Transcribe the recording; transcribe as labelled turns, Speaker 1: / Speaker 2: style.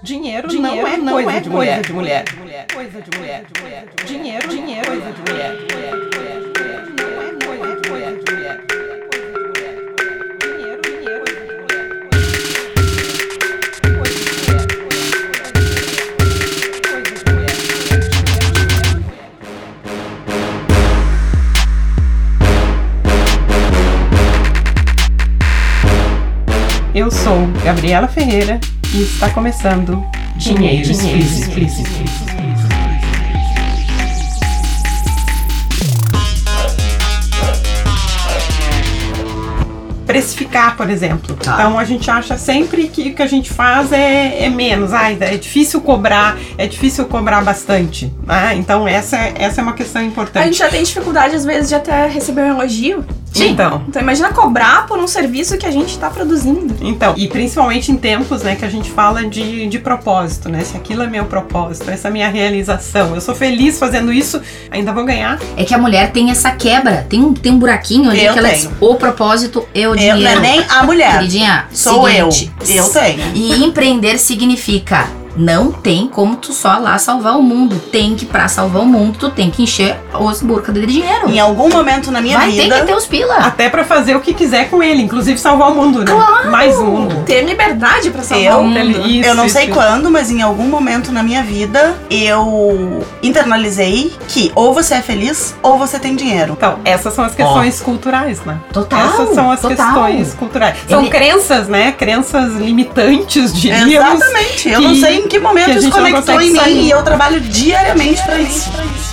Speaker 1: Dinheiro, dinheiro não é, não coisa, é de mulher, coisa de mulher, de mulher, coisa de mulher, de mulher. Dinheiro, dinheiro, coisa de mulher, mulher, mulher, mulher. Não é coisa de mulher, de mulher. Dinheiro, dinheiro, coisa de mulher, mulher. Coisa de mulher, mulher, mulher. Coisa de mulher, mulher, mulher, mulher. Eu sou Gabriela Ferreira e está começando Dinheiro Explícito. Precificar, por exemplo.
Speaker 2: Tá.
Speaker 1: Então a gente acha sempre que o que a gente faz é, é menos. Ah, é difícil cobrar, é difícil cobrar bastante. Ah, então essa, essa é uma questão
Speaker 3: A
Speaker 1: importante.
Speaker 3: gente já tem dificuldade, às vezes, de até receber um elogio. Sim.
Speaker 1: Então.
Speaker 3: Então imagina cobrar por um serviço que a gente tá produzindo.
Speaker 1: Então, e principalmente em tempos, né, que a gente fala de, de propósito, né? Se aquilo é meu propósito, essa é a minha realização, eu sou feliz fazendo isso, ainda vou ganhar.
Speaker 2: É que a mulher tem essa quebra, tem um, tem um buraquinho ali
Speaker 4: Eu
Speaker 2: que ela
Speaker 4: tenho.
Speaker 2: diz, o propósito é o
Speaker 4: Eu,
Speaker 2: dinheiro.
Speaker 4: não é nem a mulher.
Speaker 2: Queridinha,
Speaker 4: Sou
Speaker 2: seguinte,
Speaker 4: eu. Eu tenho.
Speaker 2: E empreender significa não tem como tu só lá salvar o mundo. Tem que, pra salvar o mundo, tu tem que encher os burcas de dinheiro.
Speaker 4: Em algum momento na minha
Speaker 2: Vai ter que
Speaker 4: vida.
Speaker 2: ter os
Speaker 4: Tá.
Speaker 2: pila.
Speaker 1: Até pra fazer o que quiser com ele, inclusive salvar o mundo, né? Mais um mundo.
Speaker 3: Ter liberdade pra salvar um
Speaker 4: Eu-
Speaker 3: o mundo.
Speaker 1: Isso,
Speaker 4: Hum, eu não sei
Speaker 1: isso.
Speaker 4: quando, mas em algum momento na minha vida eu internalizei que ou você é feliz ou você tem dinheiro.
Speaker 1: Então, essas são as questões culturais, né?
Speaker 2: Total.
Speaker 1: essas são as
Speaker 2: total.
Speaker 1: questões culturais. São
Speaker 2: Ele-
Speaker 1: crenças, né? Crenças limitantes, diríamos.
Speaker 4: Exatamente. Eu não
Speaker 1: que-
Speaker 4: sei em que momento
Speaker 1: que a
Speaker 4: isso
Speaker 1: gente não
Speaker 4: conectou
Speaker 1: consegue
Speaker 4: em mim
Speaker 1: sair.
Speaker 4: e eu trabalho diariamente pra isso.